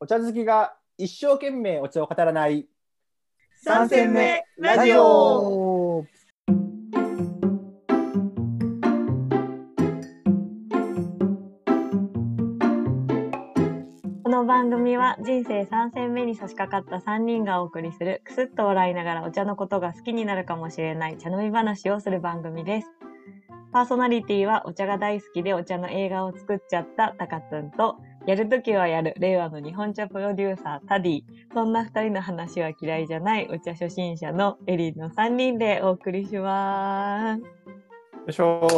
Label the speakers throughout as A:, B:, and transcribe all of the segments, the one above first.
A: お茶好きが一生懸命お茶を語らない
B: 三戦目ラジオ。
C: この番組は人生3戦目に差し掛かった3人がお送りするくすっと笑いながらお茶のことが好きになるかもしれない茶飲み話をする番組です。パーソナリティはお茶が大好きでお茶の映画を作っちゃったタカツンと、やるときはやる令和の日本茶プロデューサータディ、そんな2人の話は嫌いじゃないお茶初心者のエリーの3人でお送りします。
B: よいしょー。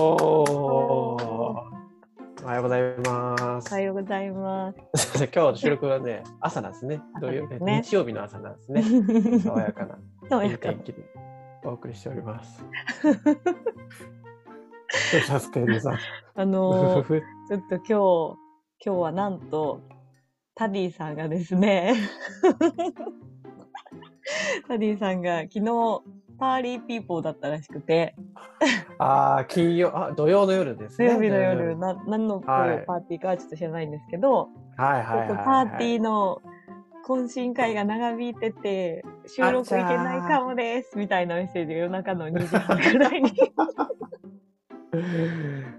B: おはようございます。
C: おはようございます。
B: 今日の収録はね、朝なんですね。土曜日、
C: 朝ですね
B: 日曜日の朝なん ですね。爽やかな、
C: そう
B: い
C: や
B: い
C: か
B: 天気でお送りしております。どうしたんですか、エリ ーさん。
C: あ
B: ふ
C: のー
B: ふふ
C: ちょっと今日、今日はなんと、タディさんがで すね、タディさんが昨日、パーリーピーポーだったらしくて、
B: ああ、金曜、あ、土曜の夜です
C: 土
B: ね。
C: 曜日の夜、。な何のこう
B: はい
C: パーティーかはちょっと知らないんですけど、
B: はいはいはい、
C: ちょ
B: は
C: っ
B: い。
C: とパーティーの懇親会が長引いてて、収録いけないかもです、みたいなメッセージが夜中の2時半ぐらいに来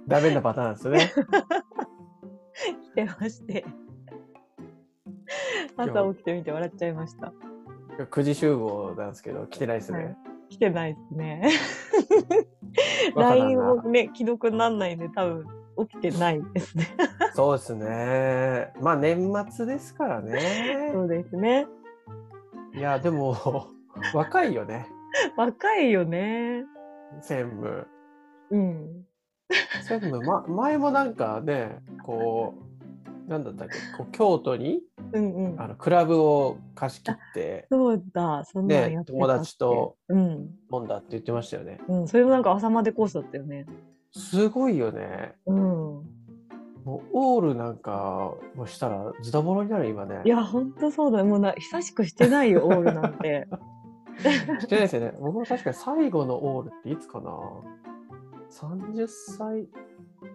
B: ダメなパターンですね。
C: てまして、朝起きてみて笑っちゃいました。
B: 9時集合なんですけど、来てないですね。
C: 来てないですね。
B: 若旦那
C: LINE もね、既読になんないんで、多分起きてないで すね。
B: そうですね。まあ年末ですから ね。
C: そうですね。
B: いやでも 若いよね。
C: 若いよね。
B: 専務。
C: うん。
B: 専務、ま、前もなんかね、こう、なんだったっけ、こう京都に
C: うんうん
B: あ。のクラブを貸し切って、
C: そうだ、そんなん
B: ね
C: やってたっけ、
B: 友達と
C: うん。
B: 飲んだって言ってましたよね。
C: うん。それもなんか朝までコースだったよね。
B: すごいよね。
C: うん。
B: もうオールなんかもしたらズタボロになる今ね。
C: いや、ほんとそうだ。もうな、久しくしてないよ、オールなん て。
B: してないですよね。僕も確かに最後のオールっていつかな ?30 歳、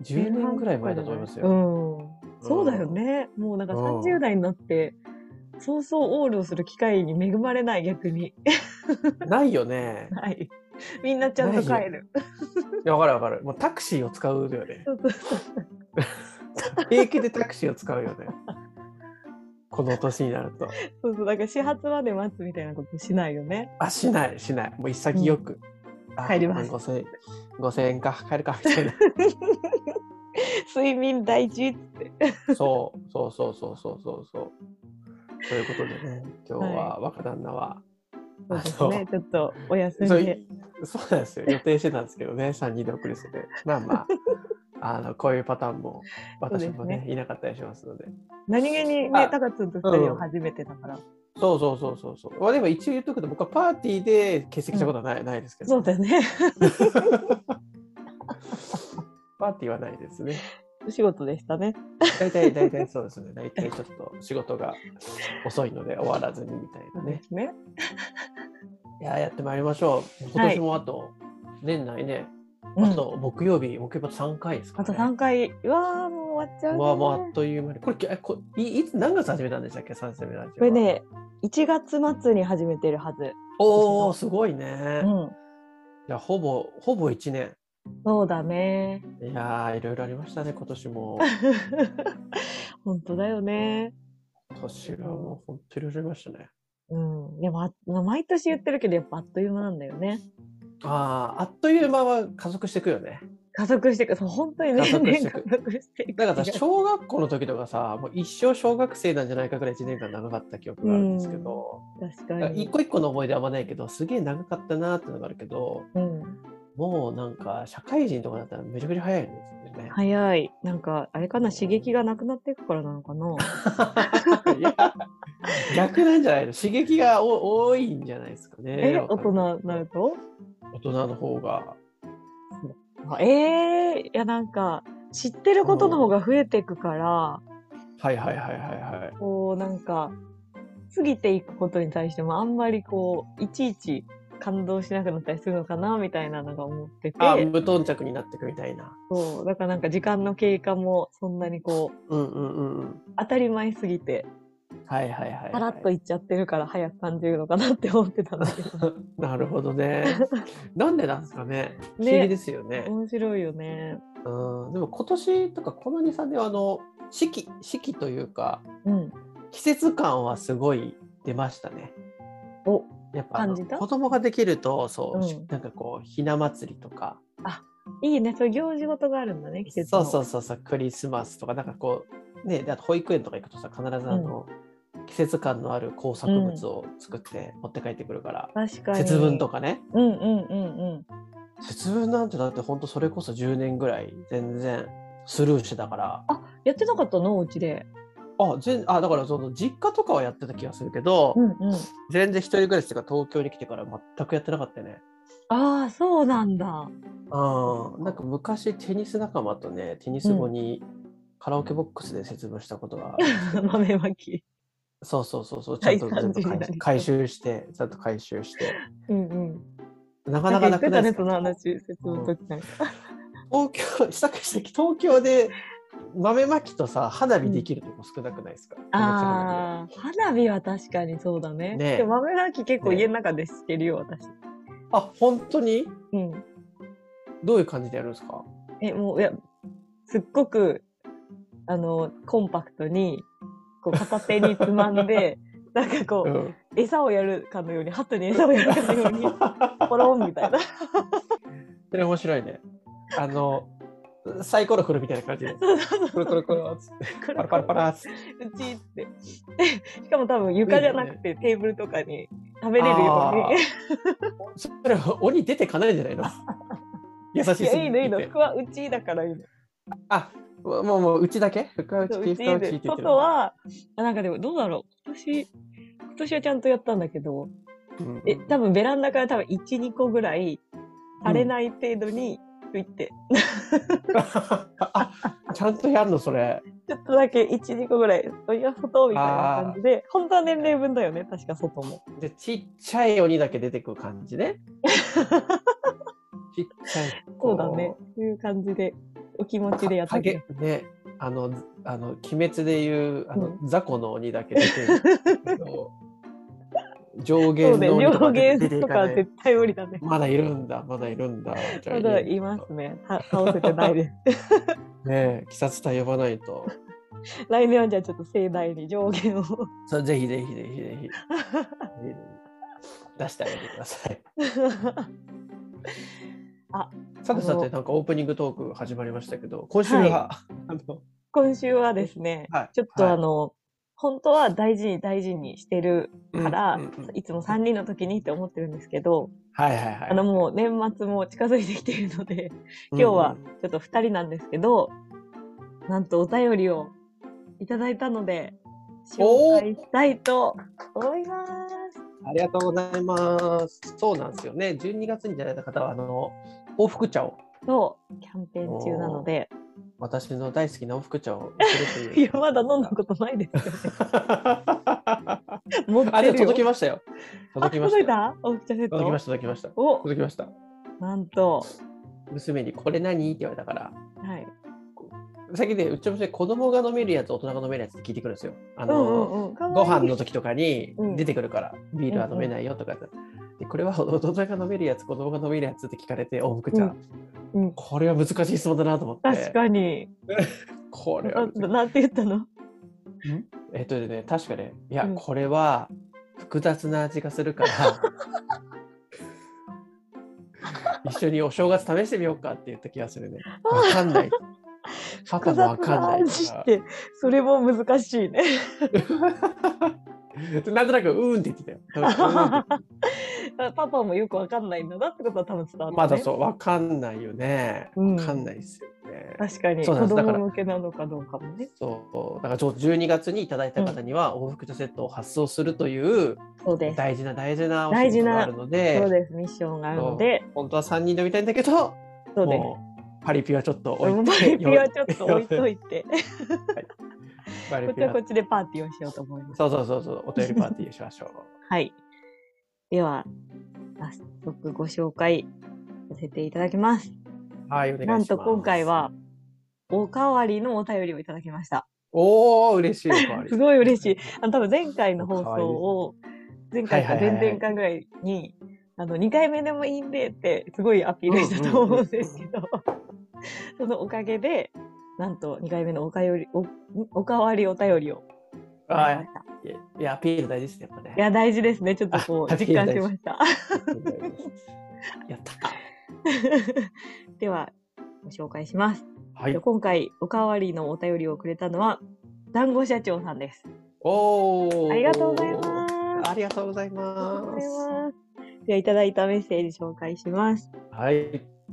B: 10年ぐらい前だと思いますよ。
C: うん。そうだよね。もうなんか
B: うん
C: 30代になって、そうそうオールをする機会に恵まれない、逆に。
B: ないよね。
C: はい。 みんなちゃんと帰る。
B: いやわかるわかる。もうタクシーを使うよね。
C: そうそうそう
B: 平気でタクシーを使うよね。この年になると。
C: そうそう、だから始発まで待つみたいなことしないよね。
B: あ、しない、しない。もう潔よく。あ
C: 帰ります
B: 5000円。5000円か、帰るか、みたい
C: 睡眠大事。
B: な。そう、そうそうそうそうそうそう。ということでね、今日は若旦那は、
C: そうです
B: あの
C: ね。ちょっとお休み
B: そう
C: で。
B: そうなんですよ予定してたんですけどね3人で 送りしてまあまああのこういうパターンも私も
C: そう
B: ね
C: で
B: いなかったりしますので
C: 何気に
B: あ
C: ね、タカツンと二人は初めてだから。
B: そうそうそうそうそうまあでも一応言っとくと僕はパーティーで欠席したことはない,、ないですけど
C: そうだよね。
B: パーティーはないですね
C: お仕事でしたね。
B: 大体大体そうですね大体ちょっと仕事が遅いので終わらずにみたいなね
C: ね。
B: いややってまいりましょう今年もあと、年内ね
C: う
B: あ
C: ん。
B: と木曜日木曜日3回ですか
C: あと
B: ら、ね
C: 3回。うわー、もう終わっちゃう、ね。
B: うわもうあっという間にこれえこいいつ何月始めたんでしたっけ3戦目ラジオは
C: これね、1月末に始めてるはず。
B: おおすごいね、
C: う
B: い
C: ん。
B: やほぼほぼ1年
C: そうだね。
B: いやーいろいろありましたね今年も
C: 本当だよね。
B: 今年はもう本当いろいろありましたね
C: うん。でもあ、まあ毎年言ってるけど、やっぱあっという間なんだよね。
B: あーあっという間は加速していくよね
C: 加速していく。そう、本当にね、
B: 加速していく
C: 加速していく。
B: だからさ小学校の時とかさもう一生小学生なんじゃないかぐらい1年間長かった記憶があるんですけど、
C: 確か
B: だから
C: に。
B: 一個一個の思い出はあんまないけどすげえ長かったなーってのがあるけど
C: うん。
B: もうなんか社会人とかだったらめちゃくちゃ早いんですよ ね、
C: 早い。なんか、あれかな、刺激がなくなっていくからなのかな。
B: いや逆なんじゃないの刺激がお多いんじゃないですかね。
C: え、大人になると
B: 大人の方が。
C: あえー、いや、なんか、知ってることの方が増えていくから、
B: はいはいはいはいはい。
C: こうなんか過ぎていくことに対してもあんまりこういちいち感動しなくなったりするのかなみたいなのが思ってて
B: あ無頓着になってくみたいな。
C: そうだからなんか時間の経過もそんなにこう
B: うんうんうんうん。
C: 当たり前すぎて
B: はいはいはい、
C: さらっといっちゃってるから早く感じるのかなって思ってたんだけど
B: なるほどね。なんでなんですかね。不思
C: ね
B: 議ですよね。
C: 面白いよね。
B: うん、でも今年とかこの2、3年はあの四季四季というか
C: うん。
B: 季節感はすごい出ましたね。
C: お
B: やっぱあの
C: 感じた
B: 子供ができるとそう、
C: うん
B: なんかこうひな祭りとか
C: いいね。そういう行事ごとがあるんだね、季節
B: そ
C: の。
B: うそうそうそうクリスマスとかなんかこうねであと保育園とか行くとさ必ずあの、季節感のある工作物を作って持って帰ってくるから、
C: 確かに。
B: 節分と。かね
C: うんうんうんうん。
B: 節分なんてだってほんとそれこそ10年ぐらい全然スルーしてたから
C: やってなかったのお家で。
B: あ全あだからその実家とかはやってた気がするけど、
C: んうん。
B: 全然一人暮らしとか東京に来てから全くやってなかったよね。
C: ああ、そうなんだ。
B: うん、なんか昔テニス仲間とねテニス後にカラオケボックスで節分したことが あるんですけど、
C: 豆まき。
B: そうそうそうそうちゃんと
C: 大惨
B: 全
C: 事
B: 部
C: に
B: 回
C: なりそう
B: 収回収してちゃんと回収して
C: うんうん。
B: なかなかなくないです
C: か
B: か
C: 言ってたね、その話。節分の時なんか。
B: 東京久々に東京で豆まきとさ花火できるとこ少なくないですか、
C: ああ、花火は確かにそうだね。
B: ねえ
C: でも豆まき結構
B: ねえ
C: 家の中でしてるよ、私。
B: あ本当に
C: うん。
B: どういう感じでやるんですか
C: え、もう、いや、すっごく、あの、コンパクトに、こう、片手につま んで、なんかこ
B: ん、
C: う、餌をやるかのように、ハトに餌をやるかのように、 ポロンみたいな。
B: それ面白いね。あの、サイコロ振るみたいな感じで。
C: そうそう
B: コ
C: そう
B: ロコロコロっつって、
C: こ
B: パ
C: れ
B: ラパラパラっつって。
C: うちって。しかも多分床じゃなくてテーブルとかに食べれるように。
B: それは鬼出てかないんじゃないの優しす
C: い
B: ぎて。
C: や、いいのいいの。服はうちだからいいの。
B: あ、もうもう、うちだけ服はうち、
C: そう
B: ピ
C: う
B: ー
C: ち
B: スはうちって
C: で。
B: 言ってる。
C: 外は、あなんかでもどうだろう。今年、今年はちゃんとやったんだけど、
B: うん、
C: え、多分ベランダから多分1、2個ぐらい、垂れない程度に、吹いて、
B: あ、ちゃんとやるの、それ。
C: ちょっとだけ1、2個ぐらい、いや、外みたいな感じで、本当は年齢分だよね、確か外も。
B: で、ちっちゃい鬼だけ出てくる感じね。ちっちゃい。
C: そうだね。。そういう感じで、お気持ちでやったけど
B: 影ねあのあの鬼滅でいうあの、
C: うん
B: 雑魚の鬼だけ出てるけ ど上
C: そう
B: 限
C: ね、
B: の鬼と
C: 上
B: か出
C: 限
B: てい
C: と
B: か
C: かは
B: ない
C: 絶対無理だね。
B: まだいるんだまだいるんだじゃあ
C: まだいますね。た倒せてな いです。
B: ねえ鬼殺隊呼ばないと
C: 来年はじゃあちょっと盛大に上限を。
B: それぜひぜひぜひぜひ出してあげてくださいさてさ
C: あ
B: て
C: の
B: なんかオープニングトーク始まりましたけど今週は、あの
C: 今週はですね、
B: はい
C: ちょっと
B: はい
C: あの、本当は大事に大事にしてるから、
B: うんうんうん
C: いつも3人の時にって思ってるんですけど、
B: はいはいはい
C: あのもう年末も近づいてきているので、 今日はちょっと2人なんですけど、なんとお便りをいただいたので、
B: お
C: 紹
B: ー
C: 介したいと思います。
B: ありがとうございます。そうなんですよね。12月にいただいた方は、あの、往復茶を、
C: そう、キャンペーン中なので、
B: 私の大好きな往復茶をすると
C: い
B: いう。
C: や、まだ飲んだことないですよ。
B: あ、
C: 持ってる
B: で
C: よ。
B: も届きましたよ。届きましたよ。
C: あ届いたお茶セット。
B: 届きました、届きました。
C: お、
B: 届きました。
C: なんと、
B: 娘に、これ何って言われたから。
C: はい。
B: 先で、うちの娘、子供が飲めるやつ、大人が飲めるやつって聞いてくるんですよ。あ
C: う
B: の、
C: んうんうん。かわいい
B: ご飯の時とかに
C: うん
B: 出てくるから、ビールは飲めないよとかって、でこれは大人が飲めるやつ子供が飲めるやつって聞かれてお福ちゃん、
C: うんうん
B: これは難しい質問だなと思って
C: 確かに。
B: これは
C: な
B: 難しい
C: なんて言ったの
B: えっとね確かねいや、
C: うん
B: これは複雑な味がするから 一緒にお正月試してみようかって言った気がするねわかんないパパ
C: 複
B: もわ
C: 雑
B: かん
C: な
B: ない
C: 味し
B: から
C: て、それも難しいね。
B: なんとなくうーんって言ってた ようーんって言ってた
C: パパもよくわかんないんだなってことは多分伝わった、ね。
B: まだそう、わかんないよね。
C: うん
B: わかんないですよね。
C: 確かに、
B: そうなん
C: 子
B: ですだか
C: 供
B: ら
C: 向けなのかどうかもね。
B: そう、だからちょ12月にいただいた方には、往復とセットを発送するという
C: そうです。
B: 大事な大事なお
C: 大
B: 仕
C: 事
B: 事
C: な
B: があるの
C: そう
B: で、
C: です。ミッションがあるので、
B: 本当は3人でみたいんだけど、
C: そうです。
B: もうパリピはちょっと置
C: うん
B: い
C: パ
B: て、
C: リピはちょっと置いといて、こ
B: パリ
C: っち
B: ピ
C: は
B: は
C: こっちでパーティーをしようと思います。
B: そうそうそうそう、お便りパーティーしまし ょう。
C: はい。では、早速ご紹介させていただきます。
B: はい、お願いします。
C: なんと今回、は、おかわりのお便りをいただきました。
B: おお、嬉しいおかわり。
C: すごい嬉しい。あの多分前回の放送を、前回か
B: はいはい
C: 前
B: はいはい
C: 々回ぐらいに、あの、2回目でもいいんでって、すごいアピールしたと思うんですけど、そのおかげで、なんと2回目のおかよりおんおかわりお便りをいた
B: あ
C: だ
B: ー
C: きました。
B: いやいや、アピール大事ですね、やっぱね。
C: いや、大事ですね。ちょっとこう、
B: あ
C: 実感しました。
B: やった。
C: では、ご紹介します。
B: はい。
C: 今回、おかわりのお便りをくれたのは、団子社長さんです。
B: おお。
C: ありがとうございます。
B: ありがとうございま
C: ありがとうござい
B: す。
C: ますでは、いただいたメッセージ紹介します。
B: はい。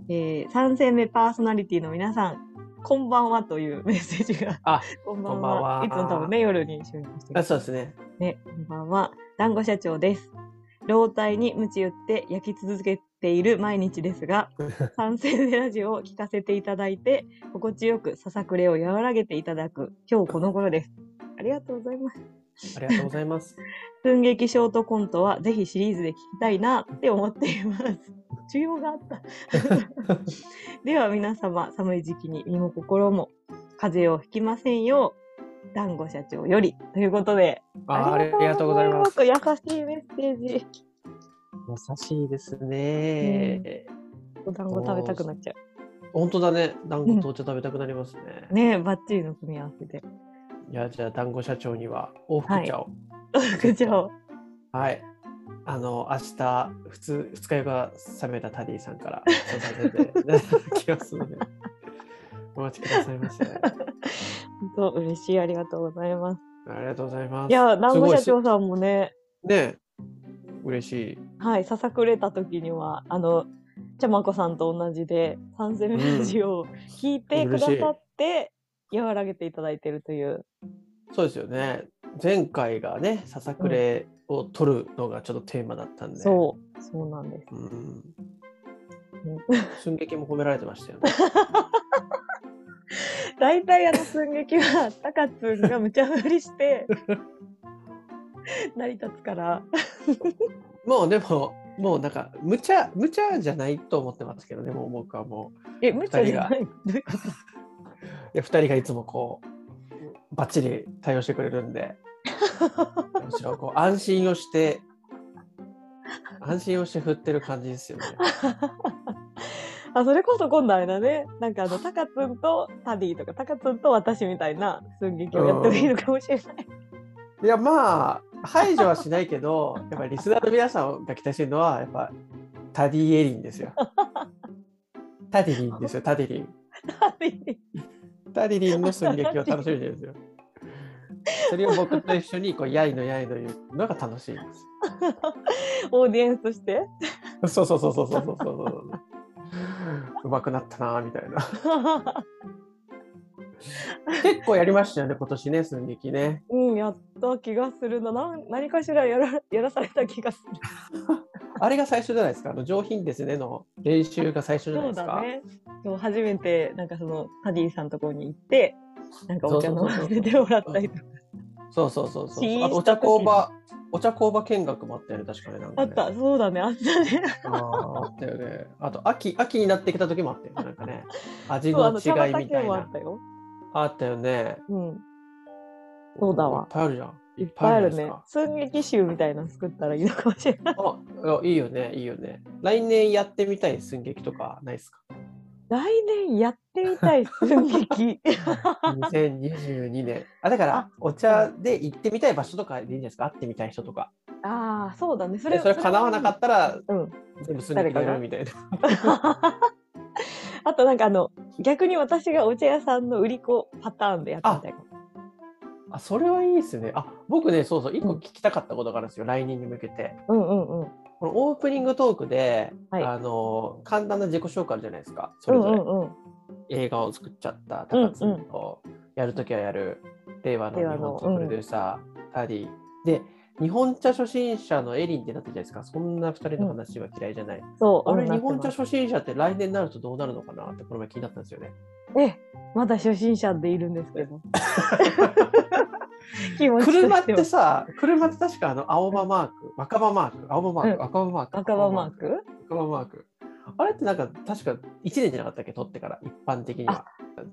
C: えー、3戦目パーソナリティの皆さん、こんばんはという メッセージが。
B: あ、
C: こんばん
B: こ
C: は。
B: んばんはい
C: つも多分ね、夜に収録して
B: あ
C: る
B: そうですね。
C: ね。こんばんは。団子社長です。老体に鞭打って焼き続けている毎日です が、3戦目ラジオを聞かせていただいて、心地よくささくれを和らげていただく、今日この頃です。ありがとうございます。
B: ありがとうござい ます。
C: 寸劇ショートコントはぜひシリーズで聞きたいなって思っています。 需要があった。 では皆様、寒い時期に身も心も風邪をひきませんよう、団子社長よりということで、
B: あ、ありがとうございます。
C: 優しいメッセージ。
B: 優しいですね。
C: お団子食べたくなっちゃ
B: 本当だね。団子とお茶食べたくなりますね。
C: う。ねえ、バッチリの組み合わせで。
B: いや、じゃあ、団子社長には往復茶を。
C: 副長。
B: はい。あの、明日、普通、二日酔いが冷めたタディさんから、そうさせていただきます ので、お待ちくださいませ。あ
C: 本当嬉しい。ありがとうございます。
B: りがとうございます。
C: いや、団子社
B: すごい
C: 長さんもね、
B: ね嬉しい。
C: はい、ささくれた時には、あの、ちゃまこさんと同じで、三千メラジオを聞いてくださって、和らげていただいてるという。
B: そうですよね。前回がね、ささくれを取るのがちょっとテーマだったんで。
C: そう、そうなんです。
B: う。うん
C: うん。
B: 寸劇も褒められてましたよね。
C: 大体あの寸劇は、たかつんが無茶振り して、成り立つから。
B: もうでも、もうなんか、無茶、無茶じゃないと思ってますけどね、もう僕はもう。
C: え、無茶じゃない。どういうこと
B: いや、二人がいつもこう、バッチリ対応してくれるんで、むしろこう、安心をして、安心をして振ってる感じですよね。
C: あ、それこそ今度あれだね。なんかあの、たかつんとタディとか、たかつんと私みたいな寸劇をやってもいいのかもしれない。
B: いやまあ排除はしないけど やっぱりリスナーの皆さんが期待してるのはやっぱタディエリンですよ。 タディリンですよタディリン。
C: タディ。
B: タディリンの寸劇を楽しみにですよ。それを僕と一緒にこうやいのやいの言うのが楽しいんですよ。
C: オーディエンスとして
B: そうそうそうそうそうそうそうそう。 うまくなったなみたいな。結構やりましたよね今年ね寸劇ね。
C: うん、やった気がするな。なん何かしらやら やらされた気がする。
B: あれが最初じゃないですか。あの上品ですねの練習が最初じゃないですか。。
C: そう初めて、なんかその、パディさんのとこに行って、なんかお茶飲
B: そうそうそう
C: ま
B: そう
C: せてもらったりとか。
B: そうそうそうそ
C: 試飲
B: う。あとお
C: した
B: 茶
C: 時
B: 工場、お茶工場見学もあったよね、確かね。なん
C: あ
B: か
C: っ
B: ね
C: た、そうだね、あったね。
B: あーあったよね。あと秋、秋になってきた時もあったよね。なんか ね、味
C: そう、
B: の
C: あの、
B: 違
C: 茶
B: いみ
C: 畑
B: たい
C: もあっ
B: な。
C: たよ。
B: あったよね。
C: うん。そうだわ
B: いっぱいあるじゃん。
C: いっぱいある
B: いっ
C: ね
B: ぱい。
C: 寸劇集みたいなの作ったらいいのかもしれない。
B: あるじゃないですかあ、いいよね、いいよね。来年やってみたい寸劇とかないですか
C: 来年やってみたい寸劇。
B: ?2022 年。あ、だから、お茶で行ってみたい場所とかでいいんじゃないですか会ってみたい人とか。
C: ああ、そうだね。そ
B: で
C: れ
B: それ叶わなかったら、
C: た。うん。
B: 全部寸劇でやるみたいな。
C: あとなんかあの逆に私がお茶屋さんの売り子パターンでやってみたいかも
B: あ、それはいいですね。あ、僕ね、そうそう、一個聞きたかったことがあるんですよ、来年に向けて。
C: うんうんうん
B: このオープニングトークで、
C: はい
B: あの、簡単な自己紹介あるじゃないですか。そうれ
C: ん
B: ぞれ
C: うんうん
B: 映画を作っちゃった、高津と、やるときはやる、令和の日
C: 令和の
B: 本とプロデューサー、タディ。で、日本茶初心者のエリンってなったじゃないですか。そんな二人の話は嫌いじゃない。
C: そう
B: 俺、
C: な
B: 日
C: ってます
B: 本茶初心者って来年になるとどうなるのかなって、この前気になったんですよね。
C: えまだ初心者でいるんです けど気持ちとして
B: 車
C: は
B: ってさ、車って確かあの青葉マーク、若葉マーク、青葉マーク、赤葉マーク。
C: 赤羽マーク
B: 赤羽マーク。あれってなんか確か1年じゃなかったっけ取ってから一般的には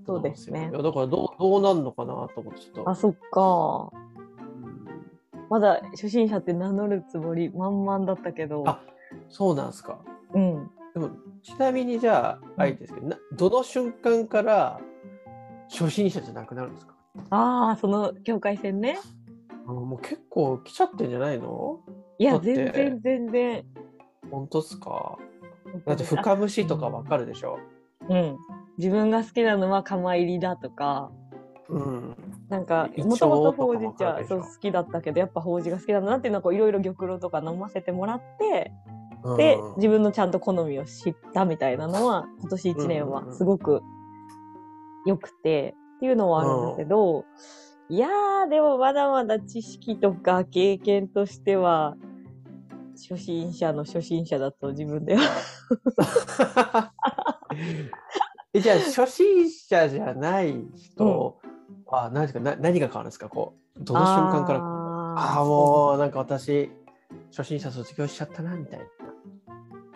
C: そうですね
B: いやだからどうどうなんのかなと思ってちょっ
C: あ、
B: と
C: そっか。まだ初心者って名乗るつもり満々だったけど。
B: あそうなんですか
C: うん。
B: でもちなみにじゃああえてですけど、などの瞬間から初心者じゃなくなるんですか
C: ああ、その境界線ね。
B: あのもう結構来ちゃってんじゃないの
C: いや、
B: だって
C: 全然全然。
B: 本当っすかだって深虫とかわかるでしょ
C: うん。自分が好きなのは釜入りだとか、
B: うん
C: なんか、
B: 胃
C: もともと
B: 腸と
C: ほう
B: か
C: じ
B: もわか
C: 茶
B: るでし
C: そ
B: ょ
C: う好きだったけど、やっぱほうじが好きなんだなっていうのをこういろいろ玉露とか飲ませてもらって、で、自分のちゃんと好みを知ったみたいなのは、今年1年はすごく良くて、っていうのはあるんだけど、いやー、でもまだまだ知識とか経験としては、初心者の初心者だと自分では。
B: えじゃあ初心者じゃない人は何ですかな何が変わるんですかこうどの瞬間からああーもうなんか私初心者卒業しちゃったなみたいな。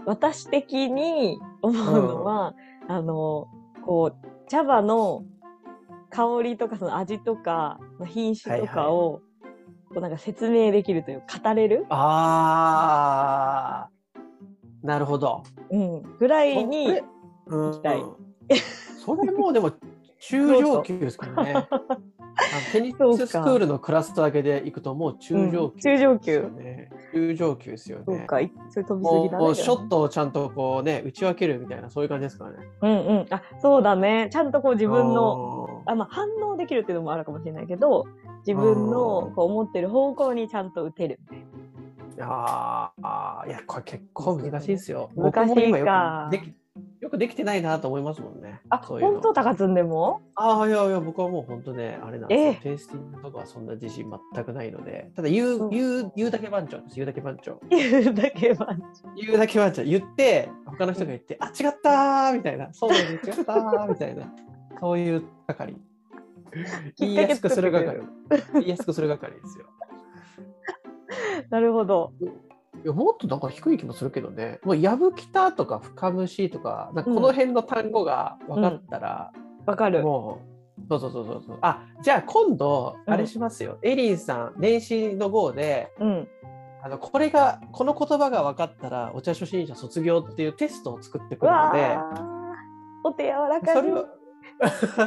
C: 私的に思うのは、あのこう茶葉の香りとかその味とかの品種とかを、こうなんか説明できるというか語れる、
B: あーなるほど。
C: うん、ぐらい
B: そ
C: に
B: れうん
C: 行きたい
B: それもうでも中上級ですから ね。あのテニ
C: そうか
B: ススクールのクラス分けで行くともう中上級
C: うん中上級
B: ですよね。中上級ですよね。
C: そうかいそれ飛びす
B: も
C: ぎ
B: う
C: だ
B: もうショ
C: ね。
B: ットをちゃんとこうね打ち分けるみたいなそういう感じですからね。
C: うんうん、あそうだねちゃんとこう自分の
B: の
C: あ、まあ、反応できるっていうのもあるかもしれないけど自分の
B: うん
C: こう思ってる方向にちゃんと打てる
B: あーあーいやこれ結構難しいですよ。
C: 難しいか
B: 僕も今よくできよくできてないなと思いますもんね。
C: あ
B: そういうの
C: 本当高津んでも
B: ああいやいや僕はもう本当ねあれなんですよ、
C: ええ
B: テイスティングとかはそんな自信全くないのでただ言
C: そう
B: う言う言うだけ番長です言うだけ番長
C: 言うだけは
B: 言うだけ番長言って他の人が言って「あ違ったー」みたいな「そうだね違ったー」みた いなそういう係 言いやすくする係言いやすくする係です よ
C: なるほど。
B: いやもっとなんか低い気もするけどね、もうやぶきたとか深虫とか、なんかこの辺の単語が分かったら、
C: わかる。
B: もう、そうそうそうそうそう、あじゃあ今度、
C: うん
B: あれしますよ、エリンさん、年始の号で、
C: うん。
B: あのこれが、この言葉が分かったら、お茶初心者卒業っていうテストを作って
C: う
B: くるの
C: わ
B: で、
C: あ。お手柔らかに。
B: それを、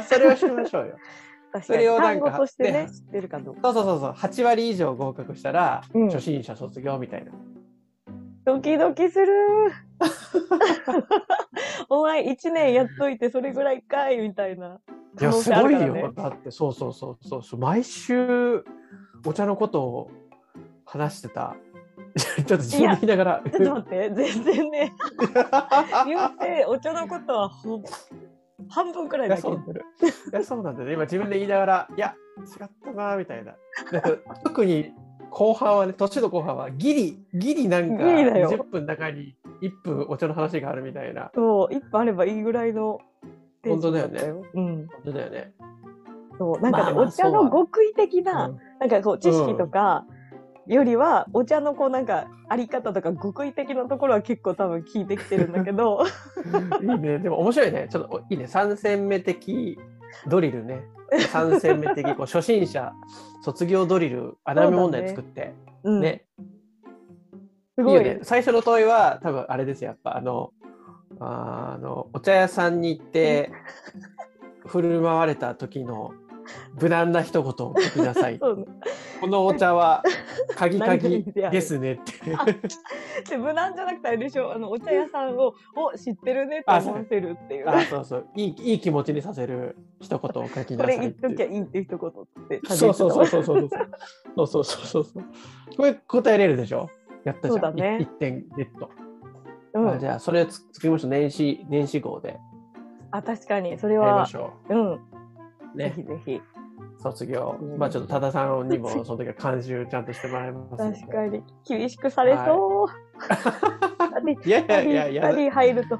B: それをしましょうよ。
C: 確
B: そ
C: かに
B: れをな
C: 単
B: んか
C: 語としてね
B: ね、
C: 知ってるかどうか。
B: そうそうそうそう、8割以上合格したら、
C: うん
B: 初心者卒業みたいな。
C: ドキドキする。 お前一年やっといてそれぐらいかいみたいな。
B: い
C: 可
B: や
C: 能
B: す
C: 性あ
B: ご
C: る
B: い
C: からね
B: よ。だってそうそうそうそうそう毎週お茶のことを話してた。 ちょっと自分で言いながら。
C: ちょっと待って、全然ね、言うてお茶のことはほぼ半分くらい
B: い
C: だ
B: や
C: け
B: そ
C: ど
B: ういやそうなんだよね。今自分で言いながらいや違ったなみたいな。なんか特に後半はね年の後半はギリギリなんか
C: ギリだよ
B: 20分の中に1分お茶の話があるみたいな。
C: そう、一本あればいいぐらいの。
B: 本当だよね。
C: うん。
B: 本当だよね。
C: そう、なんかね、
B: まあまあ
C: お茶の極意的な、
B: うん
C: なんかこう知識とかよりは、お茶のこうなんかあり方とか極意的なところは結構多分聞いてきてるんだ けど
B: いいね、でも面白いね。ちょっとおいいね。3戦目的ドリルね。3戦目的こう初心者卒業ドリル穴埋め問題作って
C: う
B: ね
C: ん、すごい
B: いいよね。最初の問いは多分あれですよやっぱあのあーあのお茶屋さんに行って振る舞われた時の無難な一言を聞きなさい。
C: そうね
B: このお茶はカギカギ
C: 何である
B: ですねって。
C: で無難じゃなくてあれでしょあのお茶屋さんを「お知ってるね」って思わせるっていう
B: あーそうそういいいい気持ちにさせる一言を書き
C: こ
B: なさい
C: れ言っと
B: いう
C: きゃいいって一言って
B: そうそうそうそうそうそうそうそうそうそうこれ答えれるでしょやったじゃん
C: そうだね
B: い一点ゲット、
C: う
B: あ
C: ん
B: じゃあそれつ作りましょう年始年始号でや
C: あ確かにそれ
B: りま
C: は
B: しょ
C: うん
B: う
C: ぜ
B: ね
C: ひぜひ
B: 卒業
C: うん
B: まあちょっと多田さん にもその時は監修ちゃんとしてもらいますんで
C: 確かに厳しくされそう
B: いやいやいやいや
C: 2人入ると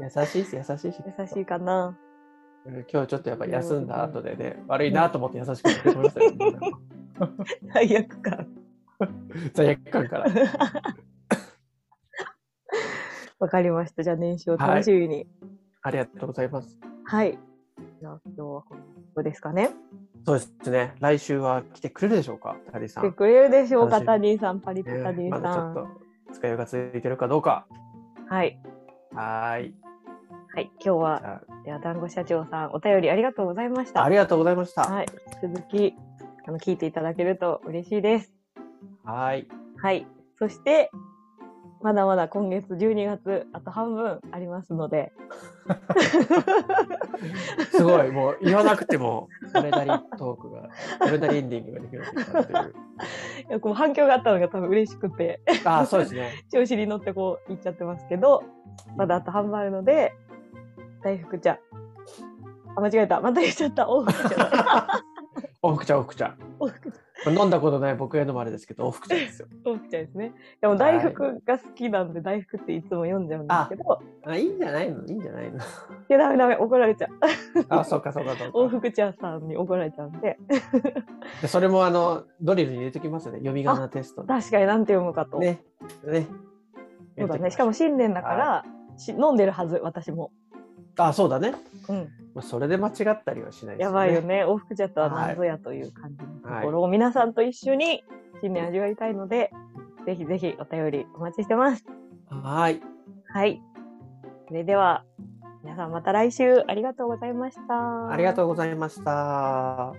B: 優しいです優しいし
C: 優しいかな
B: うん今日ちょっとやっぱ休んだ後でね悪いなと思って優しくしてくれましたよ、 ね、
C: 最悪感
B: 罪悪感から
C: わかりました。じゃあ年始を楽しみに。
B: ありがとうございます。
C: はい。じゃあ今日はここですかね。
B: そうですね。来週は来てくれるでしょうか、タリさ
C: 来
B: ん。
C: てくれるでしょうか、
B: 楽しみ
C: タディさん、パリピ
B: ね
C: タディ
B: ま
C: さん。
B: だちょっと使いが続いてるかどうか。
C: はい。
B: はーい。
C: はい。今日は
B: じ、ゃ
C: では団子社長さん、お便りありがとうございました。
B: あありがとうございました。
C: はい。引き続き、あの、聞いていただけると嬉しいです。
B: はーい。
C: はい。そして、まだまだ今月12月、あと半分ありますので、
B: すごい、もう言わなくても、これなりトークが、これなりエンディングができるっていう感
C: いやこう反響があったのが多分嬉しくて、
B: じで。ああ、そうですね。
C: 調子に乗ってこう言っちゃってますけど、まだあと半分あるので、大福ちゃん。あ、間違えた。また言っちゃった。大福ちゃん。
B: おふくちゃん、おふくちゃん。
C: 大福ち
B: これ飲んだことない僕へのもあれですけど、おふくちゃんですよ。
C: ゃん大福ちゃんですね。でも大福が好きなんで、大福っていつも読んじゃうんですけど、
B: あ、いいんじゃないのいいんじゃないの
C: いや、ダメダメ、怒られちゃう。
B: あ、そうか、そうか、そう
C: 大
B: か。
C: 福ちゃんさんに怒られちゃうんで、
B: でそれも、あの、ドリルに入れときますね。読み仮名テストに。
C: 確かになんて読むかと。
B: ね。ね。
C: そうだね。し
B: し
C: か
B: か
C: も
B: も。
C: 新年だから、し飲んでるはず、私も。
B: あ、そうだね。
C: うん。
B: まあ、それで間違ったりはしないです
C: や
B: よね。
C: ばいよ。ね。往復チャットは何ぞやという感じのところを皆さんと一緒に新年味わいたいので、ぜひぜひお便りお待ちしてます。
B: はーい。
C: はい。それでは、皆さんまた来週ありがとうございました。
B: ありがとうございました。